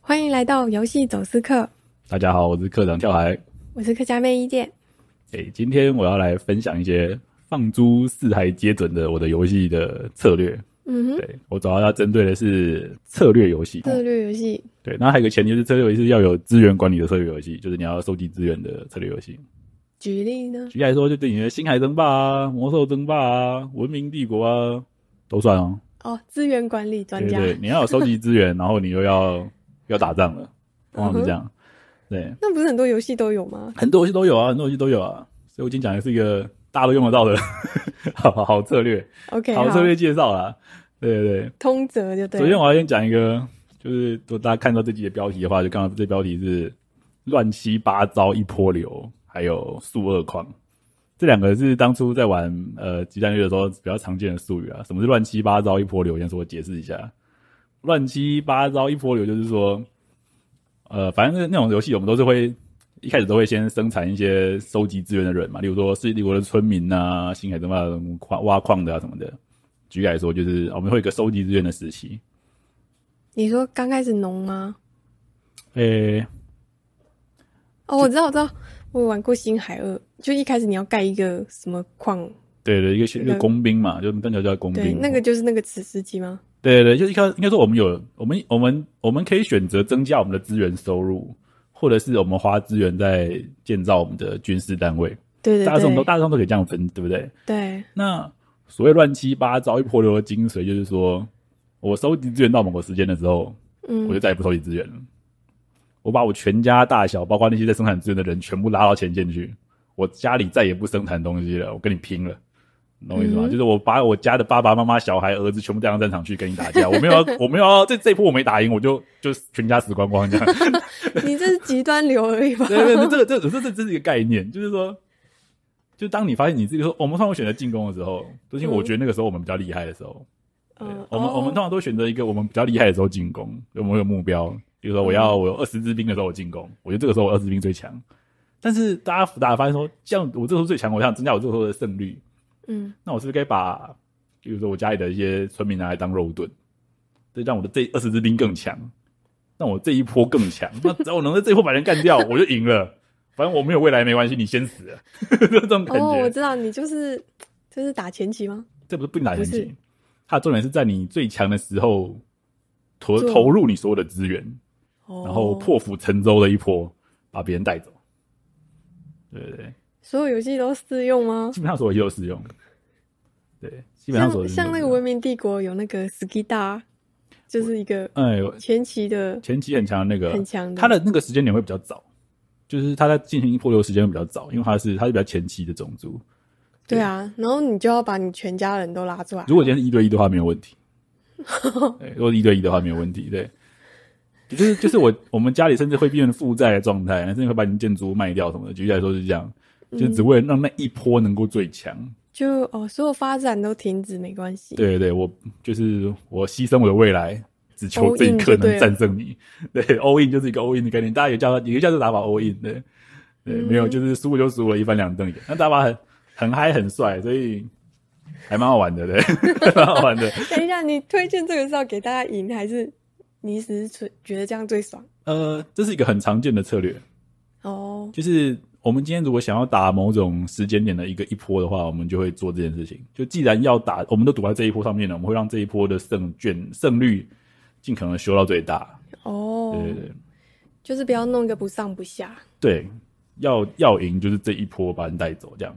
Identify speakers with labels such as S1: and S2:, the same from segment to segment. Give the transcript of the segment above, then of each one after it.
S1: 欢迎来到游戏走私客，
S2: 大家好，我是课长跳海。
S1: 我是客家妹一姐。
S2: 诶，今天我要来分享一些放诸四海皆准的我的游戏的策略。
S1: 嗯哼，
S2: 对我主要要针对的是策略游戏。
S1: 策略游戏，
S2: 对，那还有一个前提是策略游戏是要有资源管理的策略游戏，就是你要收集资源的策略游戏。
S1: 举例呢？
S2: 举例来说，就对你的星海争霸啊、魔兽争霸啊、文明帝国啊都算哦。
S1: 哦，资源管理专
S2: 对
S1: 家。
S2: 对，你要有收集资源，然 后你又要要打仗了，通
S1: 嗯
S2: 常是
S1: 哼
S2: 这样。对，
S1: 那不是很多游戏都有吗？
S2: 很多游戏都有啊，很多游戏都有啊，所以我今天讲的是一个大家都用得到的 好好策略，
S1: OK，
S2: 好策略介绍啦。对对对，
S1: 通则就对
S2: 首
S1: 了。
S2: 先我要先讲一个，就是如果大家看到这集的标题的话，就看到这标题是“乱七八糟一波流”还有“速二矿”这两个是当初在玩呃集战略的时候比较常见的术语啊。什么是“乱七八糟一波流”？先说我解释一下，“乱七八糟一波流”就是说，呃，反正那种游戏我们都是会。一开始都会先生产一些收集资源的人嘛，例如说是帝国的村民啊、星海争霸的矿挖矿的啊什么的。举例来说，就是我们会有一个收集资源的时期，
S1: 你说刚开始农吗？
S2: 诶、
S1: 哦，我知道，我知道，我有玩过《星海二》，就一开始你要盖一个什么矿，
S2: 对对，一个一
S1: 那
S2: 个
S1: 个
S2: 工兵嘛，就我们单叫叫工
S1: 对，
S2: 兵。
S1: 那个就是那个史诗机吗？
S2: 对对，就是一开应该说我们有我们我们我们可以选择增加我们的资源收入，或者是我们花资源在建造我们的军事单位。
S1: 对对
S2: 大众都
S1: 对，
S2: 大众都可以这样分，对不对？
S1: 对，
S2: 那所谓乱七八糟一波流的精髓，就是说我收集资源到某个时间的时候，我就
S1: 嗯，
S2: 再也不收集资源了。我把我全家大小，包括那些在生产资源的人，全部拉到前线去。我家里再也不生产东西了，我跟你拼了，你懂我意思吗？
S1: 嗯
S2: 就是我把我家的爸爸妈妈、小孩、儿子全部带上战场去跟你打架。我没有要，我没有要这这一波我没打赢，我就就全家死光光这样。
S1: 你这是极端流而已吧？
S2: 对对对，这个这个这这这是一个概念，就是说，就当你发现你自己说，我们通常选择进攻的时候，就是因为我
S1: 嗯
S2: 觉得那个时候我们比较厉害的时候，对
S1: 嗯，
S2: 我们、我们
S1: 哦
S2: 通常都选择一个我们比较厉害的时候进攻，我们有目标，比如说我
S1: 嗯
S2: 要我有二十支兵的时候我进攻，我觉得这个时候我二十兵最强。但是大家大家发现说，这样我这时候最强，我想增加我这时候的胜率，
S1: 嗯，
S2: 那我是不是该把，比如说我家里的一些村民拿来当肉盾，对，让我的这二十支兵更强，让我这一波更强。那只要我能在这一波把人干掉， 我就赢了。反正我没有未来没关系，你先死了， 这种感觉。
S1: 哦，我知道，你就是就是打前期吗？
S2: 这不是不打
S1: 不
S2: 成
S1: 是
S2: 绩，它的重点是在你最强的时候投
S1: 做
S2: 投入你所有的资源，
S1: 哦，
S2: 然后破釜沉舟的一波，把别人带走。对对对，
S1: 所有游戏都适用吗？
S2: 基本上所有游戏都适用。对，基本上所有
S1: 像像
S2: 游戏都
S1: 那
S2: 适
S1: 个
S2: 用
S1: 《文明帝国》有那个 Skida，就是一个
S2: 哎，
S1: 前期的
S2: 前期很强的那个
S1: 很强的
S2: 它的那个时间点会比较早，就是它在进行破流时间会比较早，因为它是它是比较前期的种族。
S1: 对啊，然后你就要把你全家人都拉出来。
S2: 如果今天是一对一的话，没有问题。对，如果是一对一的话，没有问题。对，就是就是我我们家里甚至会变负债的状态，甚至会把你建筑物卖掉什么的。举例来说是这样，就只为了让那一波能够最强。
S1: 就哦，所有发展都停止没关系。
S2: 对对对，我就是我牺牲我的未来，只求
S1: All
S2: 这一
S1: in
S2: 刻
S1: 就对
S2: 能
S1: 了
S2: 战胜你。对，all in 就是一个 all in 的概念，大家也叫它，也叫这打法 all in 对。对，没有，就是输就输了，一翻两瞪眼。那打法很很嗨，很帅，所以还蛮好玩的，对， 蛮好玩的。
S1: 等一下，你推荐这个是要给大家赢，还是你只是觉得这样最爽？
S2: 呃，这是一个很常见的策略，
S1: 哦，
S2: 就是我们今天如果想要打某种时间点的一个一波的话，我们就会做这件事情。就既然要打，我们都赌在这一波上面了，我们会让这一波的胜券胜率尽可能修到最大。
S1: 哦
S2: 对，对对，
S1: 就是不要弄一个不上不下，
S2: 对要要赢就是这一波把人带走这样。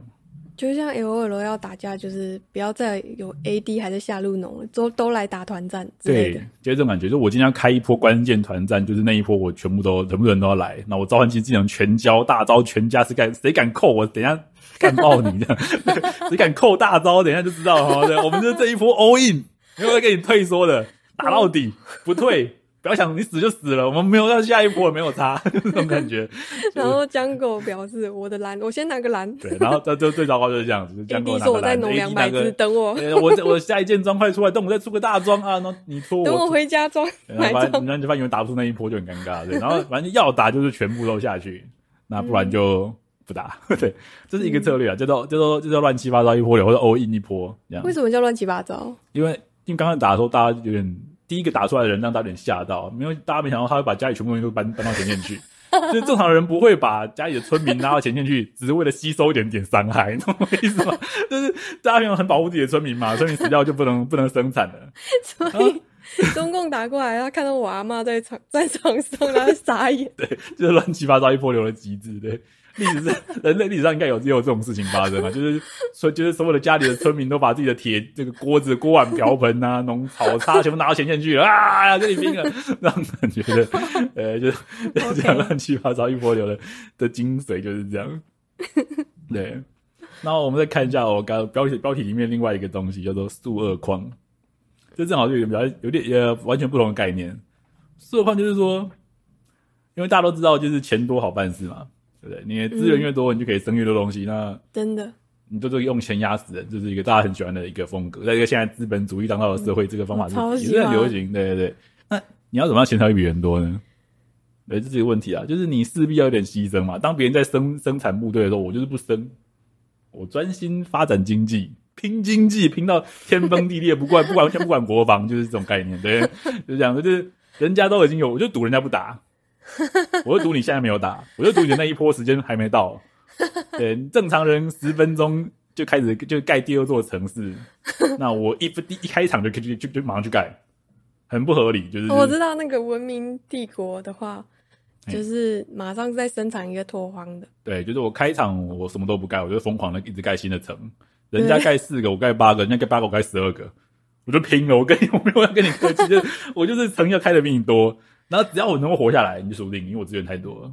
S1: 就像 L O L 要打架，就是不要再有 A D 还在下路农了，都都来打团战之类
S2: 对，
S1: 的。
S2: 就是这种感觉，就我今天要开一波关键团战，就是那一波我全部都全部人都要来，那我召唤器技能全交大招全加，谁敢谁敢扣我，等一下干爆你这样，对谁敢扣大招，等一下就知道了哦。对，我们就这一波 all in，没有要给你退缩的，打到底不退，不要想你死就死了，我们没有要下一波，没有差，就是这种感觉。
S1: 然后江狗表示我的蓝，我先拿个蓝。
S2: 对，然后这这最糟糕就是这样子，就这
S1: A
S2: 样给我
S1: D
S2: 拿
S1: 说
S2: 个
S1: 我再
S2: 蓝
S1: 农
S2: AD
S1: 两百
S2: 拿个
S1: 只，等我
S2: 对我这我下一件装快出来，等我再出个大装啊！那你说
S1: 等我
S2: 我
S1: 回家装买
S2: 然后反正
S1: 装。
S2: 然后就发现啊打不出那一波就很尴尬，对。然后反正要打就是全部都下去，那不然就不打， 对。这是一个策略啊，叫做叫做叫做乱七八糟一波流，或者 all in 一波这样
S1: 为。什么叫乱七八糟？
S2: 因为因为刚刚打的时候大家有点第一个打出来的人让大家有点吓到，没有大家没想到他会把家里全部东西都搬搬到前线去，就是正常人不会把家里的村民拉到前线去，只是为了吸收一点点伤害，你懂我意思吗？ 就是大家没有很保护自己的村民嘛，村民死掉就不能不能生产了。
S1: 所
S2: 啊
S1: 以中共打过来，他看到我阿妈在床在床上，他就傻眼。
S2: 就是乱七八糟一波流的极致。对，历史是人类历史上应该有只有这种事情发生嘛，啊就是所就是所有的家里的村民都把自己的铁这个锅子、锅碗瓢盆啊、农草叉全部拿到前线去了啊，这里拼了，让人觉得呃，就是就是这
S1: OK
S2: 样乱七八糟一波流的的精髓就是这样。对，然后我们再看一下我刚标题标题里面另外一个东西叫做速二框，这正好就有点比较有点呃完全不同的概念。速二框就是说，因为大家都知道就是钱多好办事嘛，对不对？你的资源越多，你就可以生越多东
S1: 嗯
S2: 西，那
S1: 真的，
S2: 你就是用钱压死人，这、是一个大家很喜欢的一个风格，在一个现在资本主义当道的社会，这个方法
S1: 我嗯超
S2: 是也
S1: 喜
S2: 是很
S1: 欢
S2: 流行。对对对，那你要怎么样钱才会比别人多呢？对，这是一个问题啊，就是你势必要有点牺牲嘛。当别人在生生产部队的时候，我就是不生，我专心发展经济，拼经济，拼到天崩地裂，不管不管完全不管国防，就是这种概念。对， 就是这样，就是人家都已经有，我就赌人家不打，我就赌你现在没有打，我就赌你的那一波时间还没到。对，正常人十分钟就开始就盖第二座城市，那我一不一开场就就就就马上去盖，很不合理，就是
S1: 我知道那个文明帝国的话，
S2: 哎
S1: 就是马上在生产一个拓荒的，
S2: 对，就是我开场我什么都不盖，我就疯狂的一直盖新的城，人家盖四个，我盖八个，人家盖八个，我盖十二个，我就拼了，我跟你我没有要跟你客气，就是我就是城要开的比你多，然后只要我能够活下来，你就输定，因为我资源太多了。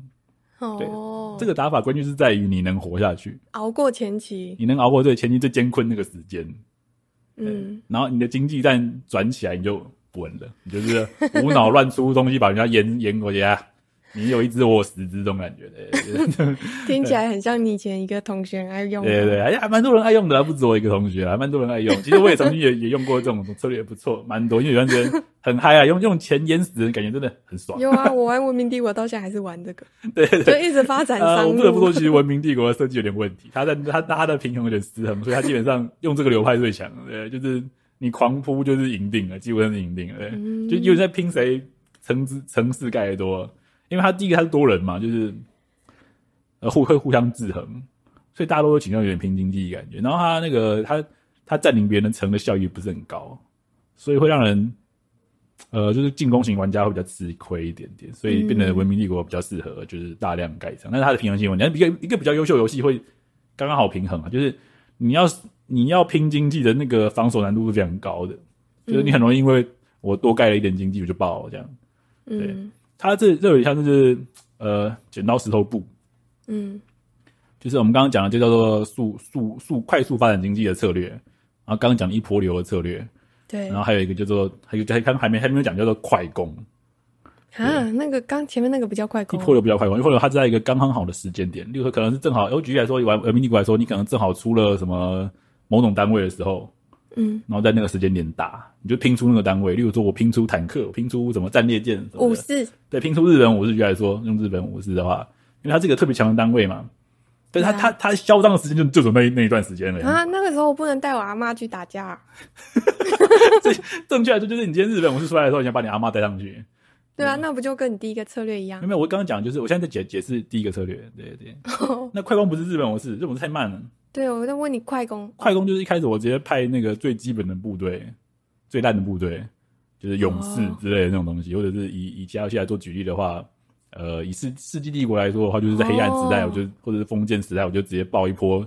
S1: 哦，
S2: 这个打法关键是在于你能活下去，
S1: 熬过前期，
S2: 你能熬过最前期最艰困那个时间，
S1: 嗯，
S2: 然后你的经济一旦转起来，你就稳了，你就是无脑乱出东西，把人家淹淹过去啊！你有一只，我有十只，这种感觉的。对对
S1: 听起来很像你以前一个同学爱用的，
S2: 对对，哎，还蛮多人爱用的啊，不止我一个同学啊，蛮多人爱用。其实我也曾经也也用过这种策略，不错，蛮多。因为有些人很嗨啊，用用钱淹死人，感觉真的很爽。
S1: 有啊，我玩文明帝国到现在还是玩这个，
S2: 对对
S1: 就
S2: 对。
S1: 一直发展
S2: 呃，
S1: 商
S2: 我
S1: 路。
S2: 不得不 说，其实文明帝国的设计有点问题，它的它它的平衡有点失衡，所以它基本上用这个流派最强。对，就是你狂扑就是赢定了，基本上是赢定了。对，
S1: 嗯
S2: 就又在拼谁层次层次盖得多，因为他第一个他是多人嘛，就是呃互会互相制衡，所以大家都会倾向有点拼经济的感觉。然后他那个他他占领别人的城的效益不是很高，所以会让人呃就是进攻型玩家会比较吃亏一点点，所以变得
S1: 嗯
S2: 文明帝国比较适合就是大量盖城，但是它的平衡性问题，但是一个一个比较优秀的游戏会刚刚好平衡啊，就是你要你要拼经济的那个防守难度是非常高的，就是你很容易因为我多盖了一点经济我就爆了这样。
S1: 嗯
S2: 它这这有点像就是呃剪刀石头布，
S1: 嗯
S2: 就是我们刚刚讲的，就叫做速速速快速发展经济的策略。然后刚刚讲的一波流的策略，
S1: 对
S2: 然后还有一个叫做还有还刚还没还没有讲叫做快攻，
S1: 啊，那个刚前面那个比较快
S2: 一
S1: 攻，
S2: 波流比较快攻，一波流它是在一个刚刚好的时间点，例如说可能是正好，我举例来说，呃玩文明帝国来说，你可能正好出了什么某种单位的时候，
S1: 嗯，
S2: 然后在那个时间点打，你就拼出那个单位。例如说我拼出坦克，我拼出什么战列舰什么
S1: 武
S2: 的，
S1: 士
S2: 对，拼出日本武士，举例来说，用日本武士的话，因为它是一个特别强的单位嘛，但是它、
S1: 对啊
S2: 它它嚣张的时间就就只有那一那一段时间了。
S1: 啊，那个时候我不能带我阿妈去打架啊，
S2: 正确来说，就是你今天日本武士出来的时候，你要把你阿妈带上去。
S1: 对
S2: 嗯
S1: 啊，那不就跟你第一个策略一样
S2: 没有，？没有我刚刚讲的就是，我现在在解解释第一个策略。对 对，那快攻不是日本武士，日本武士太慢了。
S1: 对，我在问你快攻，
S2: 快攻就是一开始我直接派那个最基本的部队，最烂的部队，就是勇士
S1: 哦
S2: 之类的那种东西，或者是以以其他游戏来做举例的话，呃，以世世纪帝国来说的话，就是在黑暗时代，
S1: 哦
S2: 我就或者是封建时代，我就直接爆一波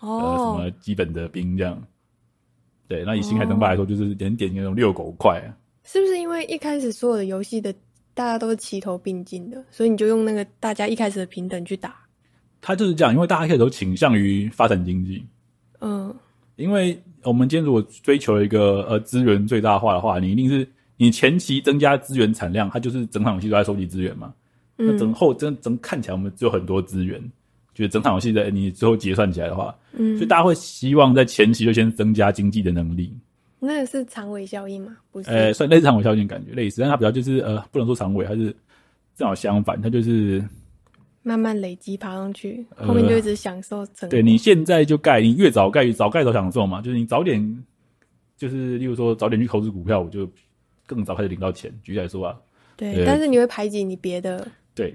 S2: 呃什
S1: 哦
S2: 么，基本的兵这样。对，那以星海争
S1: 哦
S2: 霸来说，就是很典型的那种遛狗快，
S1: 是不是因为一开始所有的游戏的大家都是齐头并进的，所以你就用那个大家一开始的平等去打？
S2: 它就是这样，因为大家一开始都倾向于发展经济，
S1: 嗯，
S2: 因为我们今天如果追求一个呃资源最大化的话，你一定是你前期增加资源产量，它就是整场游戏都在收集资源嘛。
S1: 嗯
S2: 那整后整整看起来我们只有很多资源，就是整场游戏的你最后结算起来的话，
S1: 嗯
S2: 所以大家会希望在前期就先增加经济的能力。
S1: 那个是长尾效应嘛？不是？
S2: 呃，算类似长尾效应感觉类似，但它比较就是呃不能说长尾，它是正好相反，它就是
S1: 慢慢累积爬上去，
S2: 呃
S1: 后面就一直享受成果。
S2: 对你现在就盖，你越早盖越早盖早享受嘛，就是你早点，就是例如说早点去投资股票，我就更早开始领到钱。举例来说啊，
S1: 对，
S2: 对
S1: 但是你会排挤你别的，
S2: 对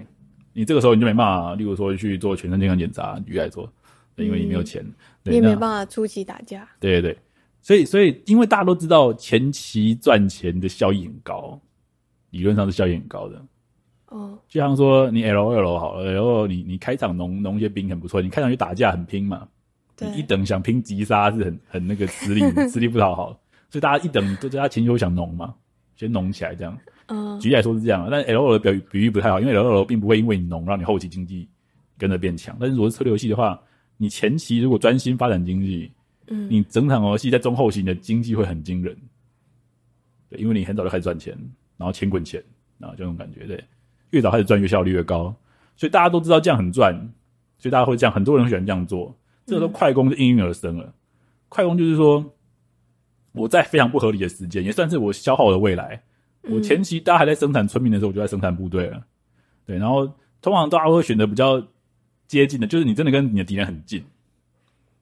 S2: 你这个时候你就没办法，例如说去做全身健康检查，举例来说，对因为你没有钱，
S1: 你
S2: 对
S1: 也
S2: 那
S1: 没办法出击打架。
S2: 对对对，所以所以因为大家都知道前期赚钱的效益很高，理论上是效益很高的。
S1: 哦，
S2: 就像说你 L L 好了，然后你你开场农农一些兵很不错，你开场去打架很拼嘛，
S1: 对
S2: 你，一等想拼急杀是很很那个吃力吃力不讨好，所以大家一等都大家前期会想农嘛，先农起来这样。
S1: 嗯，
S2: 举例来说是这样啊，但 L L 的表比喻不太好，因为 L L 并不会因为你农让你后期经济跟着变强，但是如果是策略游戏的话，你前期如果专心发展经济，
S1: 嗯
S2: 你整场游戏在中后期你的经济会很惊人，对，因为你很早就开始赚钱，然后钱滚钱啊，就这种感觉，对，越早开始赚越效率越高，所以大家都知道这样很赚，所以大家会这样，很多人喜欢这样做，这个时候快攻就应运而生了。快攻就是说，我在非常不合理的时间，也算是我消耗我的未来。我前期大家还在生产村民的时候，我就在生产部队了，对，然后通常大家会选择比较接近的，就是你真的跟你的敌人很近，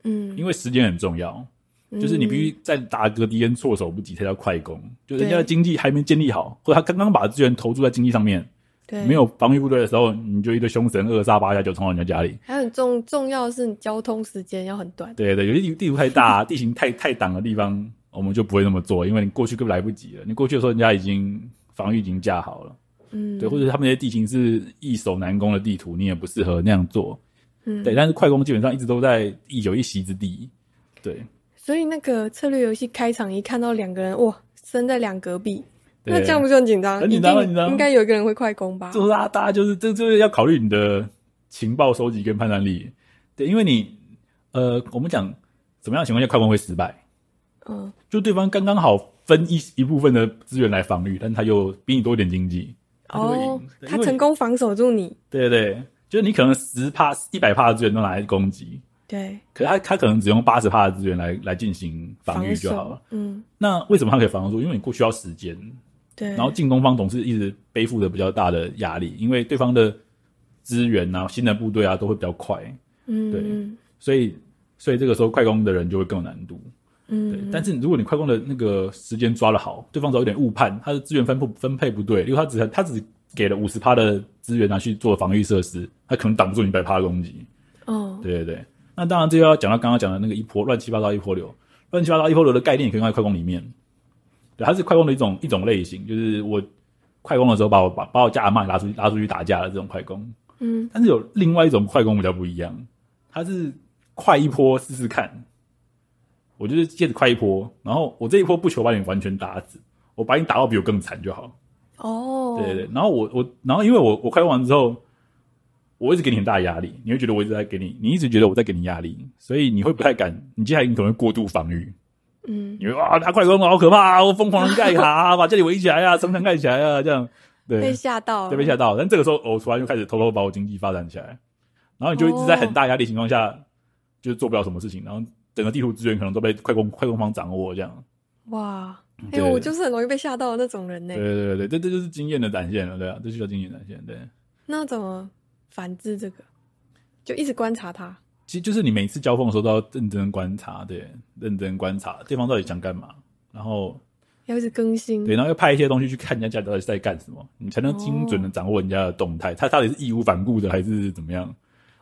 S1: 嗯，
S2: 因为时间很重要。就是你必须在打个敌人措手不及才叫快攻，就人家的
S1: 对
S2: 经济还没建立好，或者他刚刚把资源投注在经济上面，
S1: 对
S2: 没有防御部队的时候，你就一堆凶神恶煞八下就冲到人家家里。
S1: 还有很重重要的是，你交通时间要很短。
S2: 对对，有些地地图太大、地形太太挡的地方，我们就不会那么做，因为你过去根本来不及了。你过去的时候，人家已经防御已经架好了，
S1: 嗯，
S2: 对，或者他们那些地形是易守难攻的地图，你也不适合那样做。
S1: 嗯
S2: 对，但是快攻基本上一直都在一有一席之地。对，
S1: 所以那个策略游戏开场一看到两个人哇，身在两隔壁，
S2: 对
S1: 那这样不是很紧张？
S2: 很紧张
S1: 一定
S2: 很紧张
S1: 应该有一个人会快攻吧？
S2: 就是大家大家就是这这就是要考虑你的情报收集跟判断力，对，因为你呃，我们讲怎么样的情况下快攻会失败，
S1: 嗯，
S2: 就对方刚刚好分一一部分的资源来防御，但他又比你多一点经济，他就会赢
S1: 哦，
S2: 对
S1: 他
S2: 因为
S1: 成功防守住你，
S2: 对对对，就是你可能十帕一百帕的资源都拿来攻击，
S1: 对，
S2: 可是他他可能只用八十帕的资源来来进行防御就好
S1: 守
S2: 了。，
S1: 嗯，
S2: 那为什么他可以防得住？因为你过去要时间，
S1: 对，
S2: 然后进攻方总是一直背负着比较大的压力，因为对方的资源啊、新的部队啊都会比较快，
S1: 嗯，
S2: 对
S1: 嗯
S2: 所以所以这个时候快攻的人就会更有难度。对，
S1: 嗯，
S2: 但是如果你快攻的那个时间抓得好，对方只要有点误判，他的资源分布分配不对，因为他只他只给了五十趴的资源拿去做防御设施，他可能挡不住你百趴的攻击。
S1: 哦，
S2: 对对对，那当然这又要讲到刚刚讲的那个一波乱七八糟一波流，乱七八糟一波流的概念也可以用在快攻里面。对，它是快攻的一种一种类型，就是我快攻的时候把我把把我家阿妈拉出去拉出去打架的这种快攻。
S1: 嗯，
S2: 但是有另外一种快攻比较不一样，它是快一波试试看。我就是借着快一波，然后我这一波不求把你完全打死，我把你打到比我更惨就好。
S1: 哦，
S2: 对对，对，然后我我然后因为我我快用完之后，我一直给你很大的压力，你会觉得我一直在给你，你一直觉得我在给你压力，所以你会不太敢，你接下来你可能会过度防御，
S1: 嗯，
S2: 你会啊，他快攻了好可怕啊，我疯狂的盖塔啊、 把这里围起来啊，城墙盖起来啊，这样
S1: 被
S2: 对，
S1: 吓到了，
S2: 就被吓到。但这个时候，我突然就开始偷偷把我经济发展起来，然后你就一直在很大压力情况下，就是做不了什么事情，然后整个地图资源可能都被快攻快攻方掌握这样。
S1: 哇，哎、
S2: 嗯对
S1: 我就是很容易被吓到的那种人呢、
S2: 对对对对，这这就是经验的展现了，对啊，这就叫经验展现，对。
S1: 那怎么反制这个？就一直观察他。
S2: 其实就是你每次交锋的时候都要认真观察，对，认真观察对方到底想干嘛，然后
S1: 要一直更新，
S2: 对，然后又派一些东西去看人家到底在干什么，你才能精准的掌握人家的动态，他到底是义无反顾的还是怎么样？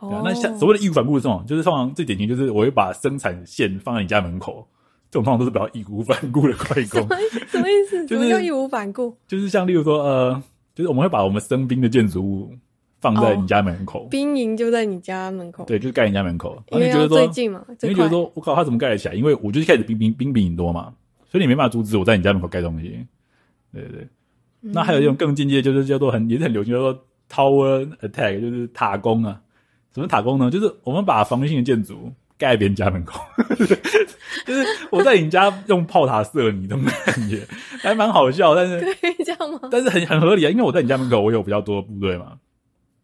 S2: 对、啊
S1: 哦，
S2: 那 像所谓的义无反顾是什么？就是通常最典型就是我会把生产线放在你家门口，这种通常都是比较义无反顾的快攻，
S1: 什么意思？ 怎
S2: 就
S1: 么
S2: 是
S1: 叫义无反顾？
S2: 就是像例如说呃，就是我们会把我们生兵的建筑物放
S1: 哦
S2: 在你家门口，
S1: 兵营就在你家门口，
S2: 对，就是盖你家门口，
S1: 因
S2: 然后
S1: 为
S2: 你觉
S1: 要
S2: 得说
S1: 哎最近嘛，
S2: 你
S1: 最
S2: 会觉
S1: 快
S2: 得。说，我靠，他怎么盖得起来？因为我就是开始冰冰冰比你多嘛，所以你没办法阻止我在你家门口盖东西。对对对。嗯那还有一种更进阶，就是叫做很也是很流行，叫做 tower attack，就是塔攻啊。什么塔攻呢？就是我们把防御性的建筑盖在别人家门口， 就是我在你家用炮塔射你，这种感觉还蛮好笑， 但是
S1: 可嗯以这样吗？
S2: 但是很很合理啊，因为我在你家门口，我有比较多的部队嘛。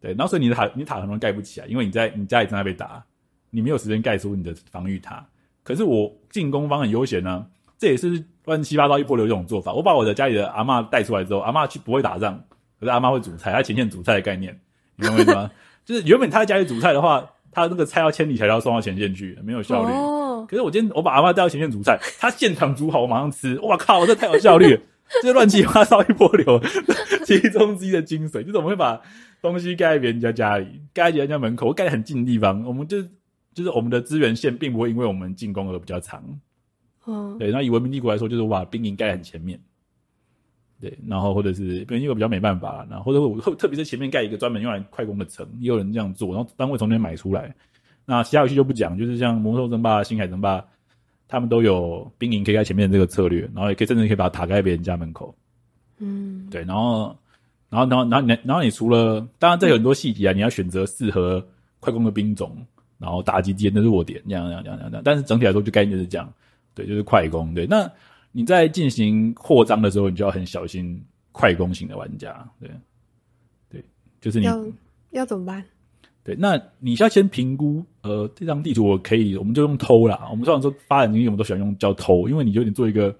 S2: 对，然后所以你的塔你塔很容易盖不起来，因为你在你家里正在被打，你没有时间盖出你的防御塔。可是我进攻方很悠闲呢、啊这也是乱七八糟一波流这种做法。我把我的家里的阿嬷带出来之后，阿嬷去不会打仗，可是阿嬷会煮菜，她前线煮菜的概念，你懂我意思吗？ 就是原本她在家里煮菜的话，她那个菜要千里迢迢送到前线去，没有效率。
S1: 哦，
S2: 可是我今天我把阿妈带到前线煮菜，她现场煮好，我马上吃，哇靠，这太有效率了！ 这乱七八糟一波流， 其中之一的精髓，就怎么会把东西盖在别人家家里，盖在别人家门口，盖在很近的地方？我们就是就是我们的资源线并不会因为我们进攻而比较长。
S1: 嗯，
S2: 对，那以文明帝国来说，就是我把兵营盖在很前面。对，然后或者是文明帝国比较没办法啦，然后或者我特特别是前面盖一个专门用来快攻的城，也有人这样做，然后单位从那边买出来。那其他游戏就不讲，就是像魔兽争霸、星海争霸，他们都有兵营可以盖前面的这个策略，然后也可以甚至可以把塔盖在别人家门口。
S1: 嗯，
S2: 对，然后，然后，然后，然后你，然后你除了，当然这有很多细节啊，你要选择适合快攻的兵种，然后打击之间的弱点，这样，这样，这样，这样，这样。但是整体来说，就概念就是这样，对，就是快攻。对，那你在进行扩张的时候，你就要很小心快攻型的玩家，对，对，就是你
S1: 要要怎么办？
S2: 对，那你要先评估，呃，这张地图我可以，我们就用偷啦。我们通常说发展经济，我们都喜欢用叫偷，因为你有点做一个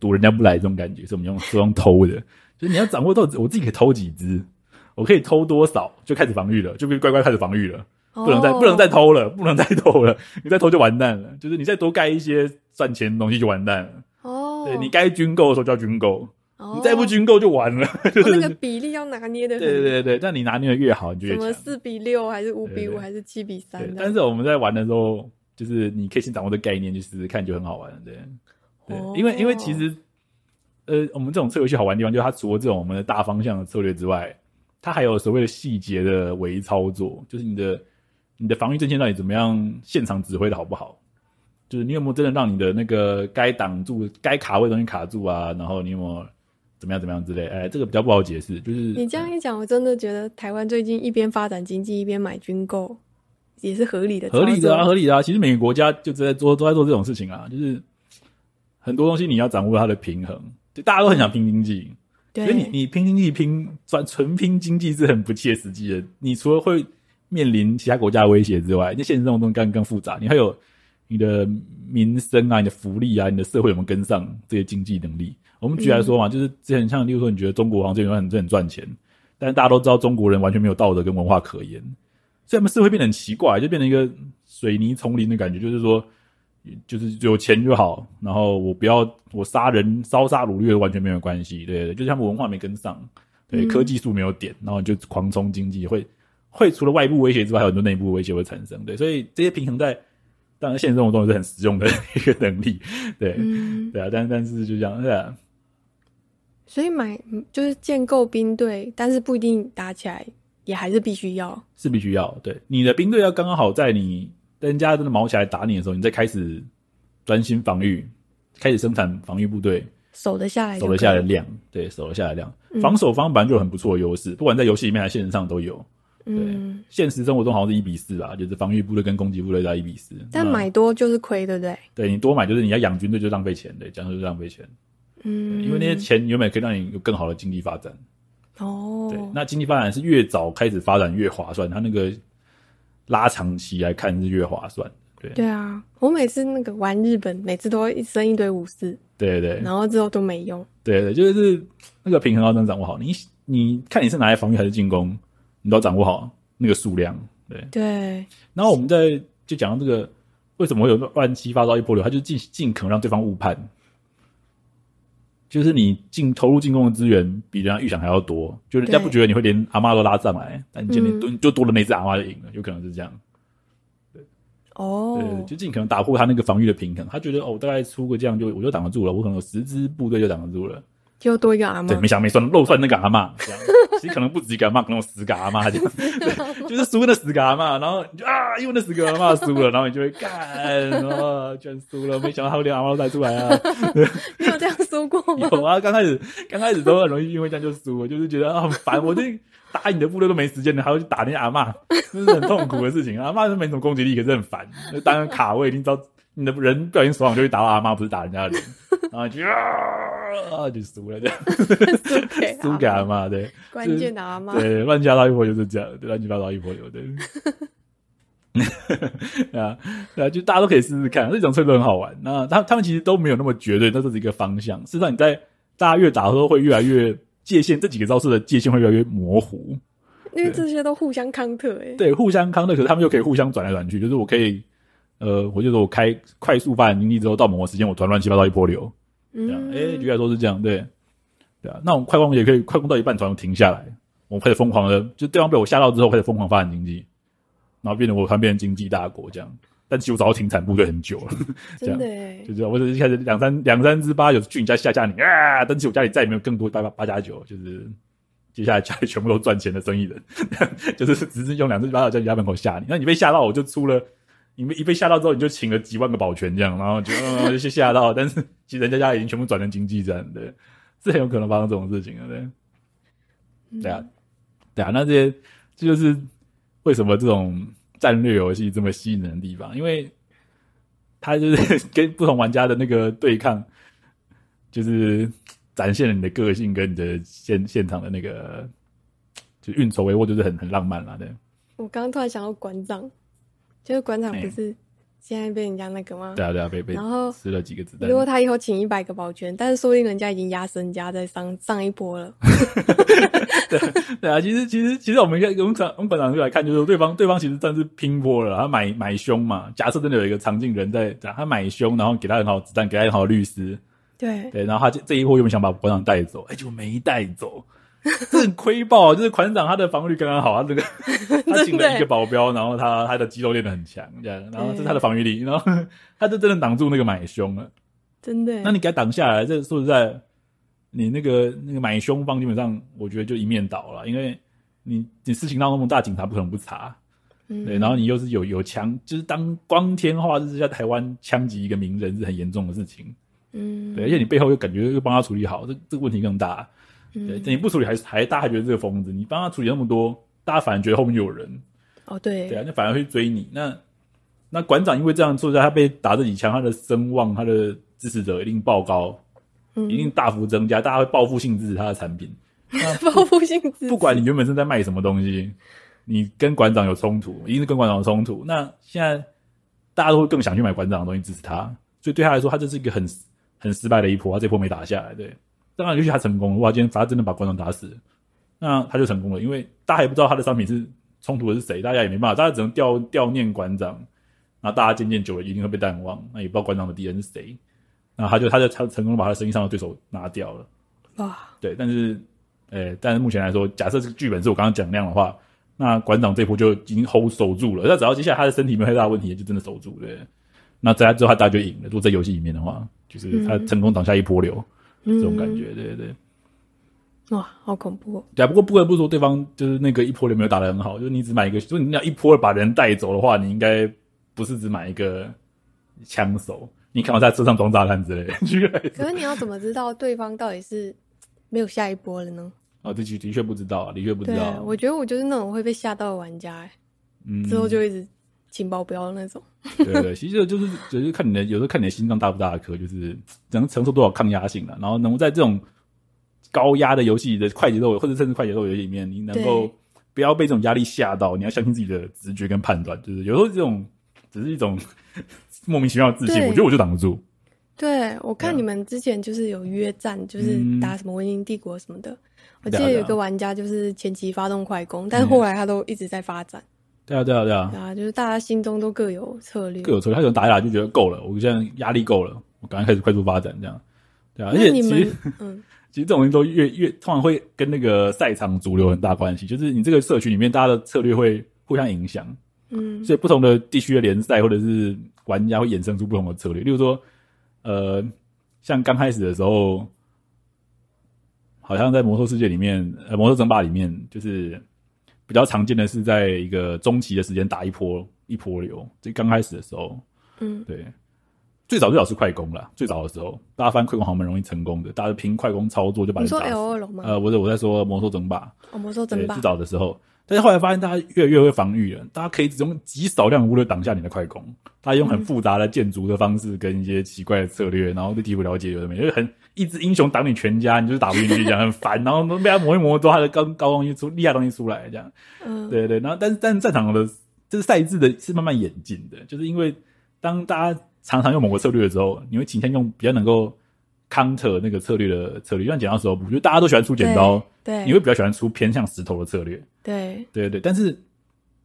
S2: 赌人家不来这种感觉，所以我们用是用偷的。就是你要掌握到我自己可以偷几只，我可以偷多少，就开始防御了，就乖乖开始防御了，不能再、
S1: 哦
S2: 不能再偷了，不能再偷了，你再偷就完蛋了。就是你再多盖一些赚钱的东西就完蛋了。
S1: 哦，
S2: 对你该军购的时候就要军购，
S1: 哦
S2: 你再不军购就完了。 就
S1: 哦
S2: 是、
S1: 那个比例要拿捏的，
S2: 对对对对，但你拿捏的越好，你就越
S1: 什么
S2: 强。
S1: 四比六还是五
S2: 对
S1: 比
S2: 对
S1: 五还是七比三
S2: 对，
S1: 的？
S2: 但是我们在玩的时候，就是你可以先掌握这个概念去试试看，就很好玩。对，对，
S1: 哦
S2: 因为因为其实，呃，我们这种策略游戏好玩的地方，就是它除了这种我们的大方向的策略之外，它还有所谓的细节的微操作，就是你的你的防御阵线到底怎么样现场指挥的好不好？就是你有没有真的让你的那个该挡住、该卡位的东西卡住啊？然后你有没有怎么样怎么样之类？哎，这个比较不好解释。就是
S1: 你这样一讲，我真的觉得台湾最近一边发展经济一边买军购，也是合理的操
S2: 合
S1: 作，
S2: 理的啊，合理的啊。其实每个国家就在做都在做这种事情啊，就是很多东西你要掌握它的平衡。就大家都很想拼经济，所
S1: 对，
S2: 以你你拼经济拼专纯拼经济是很不切实际的。你除了会面临其他国家的威胁之外，那现实中的东西更更复杂，你还有你的民生啊、你的福利啊、你的社会有没有跟上这些经济能力？我们举例来
S1: 嗯
S2: 说嘛，就是之前像，例如说，你觉得中国好像这边很很赚钱，但是大家都知道中国人完全没有道德跟文化可言，所以他们社会变得很奇怪，就变成一个水泥丛林的感觉，就是说，就是有钱就好，然后我不要我杀人烧杀掳掠完全没有关系，对对对，就是他们文化没跟上，对、
S1: 嗯
S2: 科技树没有点，然后你就狂冲经济，会会除了外部威胁之外，还有很多内部威胁会产生，对，所以这些平衡在当然现实生活中也是很实用的 一个能力，对、
S1: 嗯，
S2: 对啊，但但是就这样，对啊。
S1: 所以买就是建构兵队，但是不一定打起来，也还是必须要。
S2: 是必须要对你的兵队要刚刚好在你人家真的毛起来打你的时候，你再开始专心防御，开始生产防御部队，
S1: 守得下来哎就
S2: 守
S1: 可以，嗯
S2: 得下来的量，对，守得下来的量，防守方本来就有很不错的优势，不管在游戏里面还是现实上都有。
S1: 嗯，
S2: 现实生活中好像是一比四吧，就是防御部队跟攻击部队在一比四。
S1: 但
S2: 那
S1: 买多就是亏，对不对？
S2: 对你多买就是你要养军队就浪费钱，对，讲就是浪费钱，对
S1: 嗯，
S2: 因为那些钱原本可以让你有更好的经济发展。
S1: 哦，
S2: 对，那经济发展是越早开始发展越划算，它那个拉长期来看是越划算。对
S1: 对啊，我每次那个玩日本，每次都会一生一堆武士，
S2: 对对对
S1: 然后之后都没用。
S2: 对对，就是那个平衡要能掌握好。你你看你是拿来防御还是进攻，你都要掌握好那个数量。对，
S1: 对，
S2: 然后我们在就讲到这个为什么会有乱七八糟一波流，它就尽尽可能让对方误判，就是你进投入进攻的资源比人家预想还要多，就人家
S1: 对
S2: 不觉得你会连阿妈都拉上来，但你今天
S1: 嗯
S2: 多、就多了那只阿妈就赢了，有可能是这样。
S1: 哦，
S2: 对，就尽可能打破他那个防御的平衡。他觉得哦，我大概出个这样就我就挡得住了，我可能有十支部队就挡得住了。
S1: 又多一个阿妈
S2: 对，，没想到没算漏算那个阿嬷，这样其实可能不止一个阿嬷，可能有十个阿嬷这样，对，就是输那十个阿嬷，然后你就啊，因为那十个阿嬷输了，然后你就会干，然后居然输了，没想到他们连阿嬷都带出来啊，
S1: 你有这样说过 吗？
S2: 有啊，刚开始刚开始都很容易因为这样就输了，就是觉得啊很烦，我就打你的部队都没时间了，还要去打那些阿嬷，这是很痛苦的事情。阿嬷是没什么攻击力，可是很烦，就当然卡位，你知道你的人不小心手痒就会打到阿嬷，不是打人家的脸，然后你就啊就输了这样。
S1: 输给
S2: 苏
S1: 阿
S2: 格
S1: 嬷
S2: 嘛，对，
S1: 关键的阿妈，
S2: 对，乱七八糟一波就是这样，对乱七八糟一波流，对。 对啊，对啊，就大家都可以试试看，这种策略很好玩。那他他们其实都没有那么绝对，那这是一个方向。事实上，你在大家越打的时候，会越来越界限，这几个招式的界限会越来越模糊。
S1: 因为这些都互相康特哎、
S2: 对，互相康的，可是他们又可以互相转来转去。就是我可以，呃，我就说我开快速发展经济之后，到某个时间我突然乱七八糟一波流，这样。哎、
S1: 嗯，
S2: 举例来说是这样，对。对啊，那我们快攻也可以快攻到一半，突然停下来，我们开始疯狂的，就对方被我吓到之后，开始疯狂发展经济，然后变得我突然变成经济大国这样。但其实我早就停产部队很久了，这
S1: 真
S2: 样
S1: 的哎
S2: 就，是我只是一开始两三两三只八九去你家吓吓你啊，但是我家里再也没有更多八八八加九，就是接下来家里全部都赚钱的生意人， 就是只是用两只八加九在你家门口吓你，那你被吓到我就出了。你被一被吓到之后，你就请了几万个保全这样，然后就、 呃、就吓到，但是其实人家家已经全部转成经济战，对，是很有可能发生这种事情的，对。
S1: 嗯
S2: 对啊，对啊，那这些这就是为什么这种战略游戏这么吸引人的地方，因为它就是 跟不同玩家的那个对抗，就是展现了你的个性跟你的现现场的那个，就运筹帷幄，就是很很浪漫啦，对
S1: 我刚刚突然想到馆长，就是馆长
S2: 哎
S1: 不是现在被人家那个吗？
S2: 对啊对啊，被被
S1: 然后
S2: 吃了几个子弹
S1: 如，果他以后请一百个保全，但是说不定人家已经压身家在上上一波 了。
S2: 对啊，其实其实其实我们应该我们场我们本场就来看，就是对方对方其实算是拼搏了，他买买凶嘛，假设真的有一个常进人在，他买凶，然后给他很好的子弹，给他很好的律师，
S1: 对，
S2: 对，然后他这这一波原本想把馆长带走，哎、结果没带走， 这很亏爆。啊就是馆长他的防御率刚刚好，他这个他请了一个保镖，然后他他的肌肉练得很强，这样，然后这是他的防御力，然后 他就真的挡住那个买凶了。
S1: 真的耶。欸
S2: 那你给他挡下来，这说实在，你那个那个买凶方基本上我觉得就一面倒了，因为你你事情闹那么大，警察不可能不查，
S1: 嗯
S2: 对，然后你又是有有枪，就是当光天化日之下，台湾枪击一个名人是很严重的事情。
S1: 嗯，
S2: 对，而且你背后又感觉又帮他处理好，这这个问题更大。对，
S1: 嗯
S2: 你不处理还还大家还觉得这个疯子，你帮他处理那么多，大家反而觉得后面有人，
S1: 哦对，
S2: 对啊，那反而会追你。那那馆长因为这样做，他被打这几枪，他的声望、他的支持者一定爆高，
S1: 嗯
S2: 一定大幅增加，大家会报复性支持他的产品。
S1: 报复性自
S2: 不管你原本是在卖什么东西，你跟馆长有冲突，一定是跟馆长有冲突。那现在大家都会更想去买馆长的东西支持他，所以对他来说，他这是一个很很失败的一波，他这波没打下来。对，当然也许他成功了，哇，今天反正真的把馆长打死，那他就成功了，因为大家也不知道他的商品是冲突的是谁，大家也没办法，大家只能吊吊念馆长。那大家渐渐久了一定会被淡忘，那也不知道馆长的敌人是谁，那他就他就他成功地把他的生意上的对手拿掉了。
S1: 哇，
S2: 对，但是，呃，但是目前来说，假设这个剧本是我刚刚讲那样的话，那馆长这波就已经 hold 守住了。那只要接下来他的身体没有太大问题，就真的守住了。那在他之后，他大家就赢了。如果在游戏里面的话，就是
S1: 嗯
S2: 他成功挡下一波流，
S1: 这
S2: 这种感觉，对对对。
S1: 嗯哇，好恐怖哦！
S2: 对啊，不过不得不说，对方就是那个一波流没有打得很好，就是你只买一个，就是你要一波把人带走的话，你应该不是只买一个枪手，你看我在车上装炸弹之类的。 举个例子
S1: 可是你要怎么知道对方到底是没有下一波了呢？
S2: 哦，这的的确不知道，啊，的确不知
S1: 对
S2: 道
S1: 啊，
S2: 啊。
S1: 我觉得我就是那种会被吓到的玩家，哎
S2: 嗯
S1: 之后就一直请保镖那种。
S2: 对对，对，其实就是就是看你的，有时候看你的心脏大不大颗，就是能承受多少抗压性啊了、然后能够在这种高压的游戏的快节奏，或者甚至快节奏游戏里面，你能够
S1: 对
S2: 不要被这种压力吓到，你要相信自己的直觉跟判断。就是有时候这种只是一种莫名其妙的自信，
S1: 对
S2: 我觉得我就挡得住。
S1: 对，我看
S2: 对啊
S1: 你们之前就是有约战，就是
S2: 嗯
S1: 打什么文明帝国什么的。我记
S2: 对
S1: 得有
S2: 啊对啊嗯
S1: 一个玩家就是前期发动快攻，但是后来他都一直在发展，
S2: 对啊，对啊，对啊
S1: 对，啊，就是大家心中都各有策略。
S2: 各有错。他有人打一打就觉得够了，我现在压力够了，我赶快开始快速发展这样。对啊，而
S1: 那
S2: 且
S1: 你
S2: 其
S1: 们
S2: 实。
S1: 嗯，
S2: 其实这种东西都越越通常会跟那个赛场主流很大关系，就是你这个社群里面大家的策略会互相影响，
S1: 嗯
S2: 所以不同的地区的联赛或者是玩家会衍生出不同的策略。例如说，呃，像刚开始的时候，好像在魔兽世界里面，呃，魔兽争霸里面，就是比较常见的是在一个中期的时间打一波一波流，就刚开始的时候，
S1: 嗯，
S2: 对，最早最早是快攻啦，最早的时候，大家翻快攻好像蛮容易成功的，大家凭快攻操作就把
S1: 你
S2: 人
S1: 说
S2: 打
S1: L
S2: 死。
S1: O L 吗？
S2: 呃，我是我在说魔兽争霸，
S1: 哦，魔兽
S2: 对，
S1: 争霸
S2: 最。早的时候，但是后来发现大家越来越会防御了，大家可以只用极少量的物力挡下你的快攻，大家用
S1: 嗯
S2: 很复杂的建筑的方式跟一些奇怪的策略，然后对敌不了解有的没，就是很一只英雄挡你全家，你就是打不进去，这样很烦，然后被他磨一磨之后，他的高高东西出厉害的东西出来这样。
S1: 嗯，
S2: 对对，然后但是但是战场的就是赛制的是慢慢演进的，就是因为当大家常常用某个策略的时候，你会倾向用比较能够 counter 那个策略的策略，就像剪刀石头布，就大家都喜欢出剪刀，
S1: 对，
S2: 你会比较喜欢出偏向石头的策略，
S1: 对
S2: 对对，但是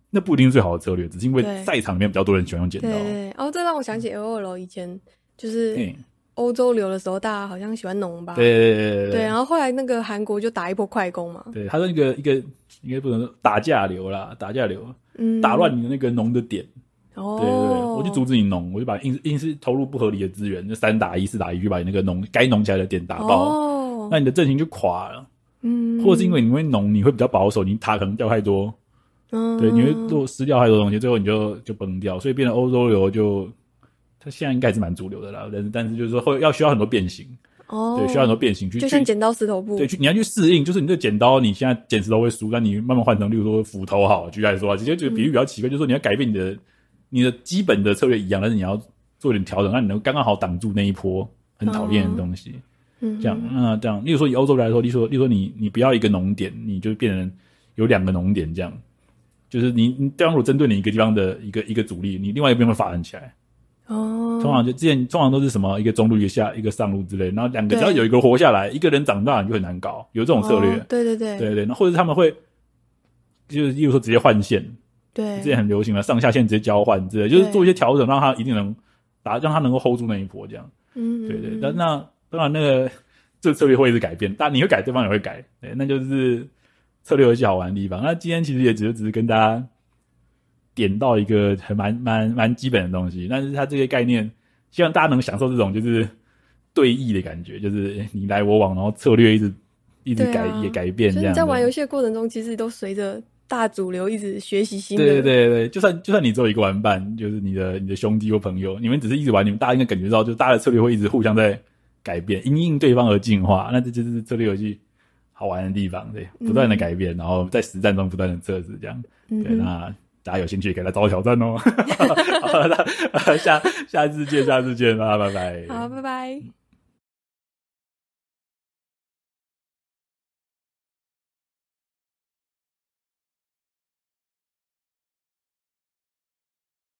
S2: 那不一定是最好的策略，只是因为
S1: 对
S2: 赛场里面比较多人喜欢用剪
S1: 对
S2: 刀，
S1: 对对哦，这让我想起 L O L 以前就是
S2: 嗯，
S1: 欧洲流的时候，大家好像喜欢农吧？
S2: 对对对对
S1: 对，然啊后后来那个韩国就打一波快攻嘛，
S2: 对，他说一个一个应该不能说打架流啦，打架流
S1: 嗯，
S2: 打乱你的那个农的点，
S1: 哦，
S2: 对对对，我就阻止你农，我就把硬硬是投入不合理的资源，就三打一、四打一，去把你那个农该农起来的点打爆，
S1: 哦，
S2: 那你的阵型就垮了。
S1: 嗯，
S2: 或者是因为你会农，你会比较保守，你塔可能掉太多，
S1: 嗯，
S2: 对，你会落失掉太多东西，最后你就就崩掉，所以变成欧洲流就。它现在应该还是蛮主流的啦，但是但是就是说会要需要很多变形，
S1: 哦，
S2: 对，需要很多变形去
S1: 就像
S2: 去
S1: 剪刀石头布，
S2: 对，去你要去适应，就是你这剪刀，你现在剪石头会输，但你慢慢换成，例如说斧头好，举例来说啊，直接这个比喻比较奇怪，就是说你要改变你的你的基本的策略一样，但是你要做点调整，让你能刚刚好挡住那一波很讨厌的东西。
S1: 嗯
S2: 这样，那、这样，例如说以欧洲来说，例如说，例如说你你不要一个农点，你就变成有两个农点这样。就是你，你对方如果针对你一个地方的一个一个阻力，你另外一边会发展起来。
S1: 哦，
S2: 通常就之前通常都是什么一个中路一个下一个上路之类，然后两个
S1: 对
S2: 只要有一个活下来，一个人长大你就很难搞，有这种策略。
S1: 哦对对对
S2: 对对，那或者是他们会，就是例如说直接换线，
S1: 对，
S2: 之前很流行嘛，上下线直接交换之类，就是做一些调整，让他一定能打，让他能够 hold 住那一波这样。
S1: 嗯，
S2: 对对，
S1: 嗯
S2: 但那当然那个这个策略会一直改变，但你会改，对方也会改，对，那就是策略游戏好玩的地方。那今天其实也只是只是跟大家点到一个很蛮蛮蛮基本的东西，但是它这些概念，希望大家能享受这种就是对弈的感觉，就是你来我往，然后策略一直一直
S1: 对
S2: 改、
S1: 啊
S2: 也改变
S1: 所
S2: 这
S1: 以
S2: 样
S1: 你
S2: 子。
S1: 在玩游戏的过程中，其实都随着大主流一直学习新的，
S2: 对对对对，就算就算你只有一个玩伴，就是你的你的兄弟或朋友，你们只是一直玩，你们大家应该感觉到，就是大家的策略会一直互相在改变，因应对方而进化。那这就是策略游戏好玩的地方，对，不断的改变，然后在实战中不断的测试，这样。
S1: 嗯
S2: 对，
S1: 哼
S2: 那大家有兴趣也可以来找我 挑 战哦。好，那下下次见，下次见，拜拜，拜拜。
S1: 好，拜拜。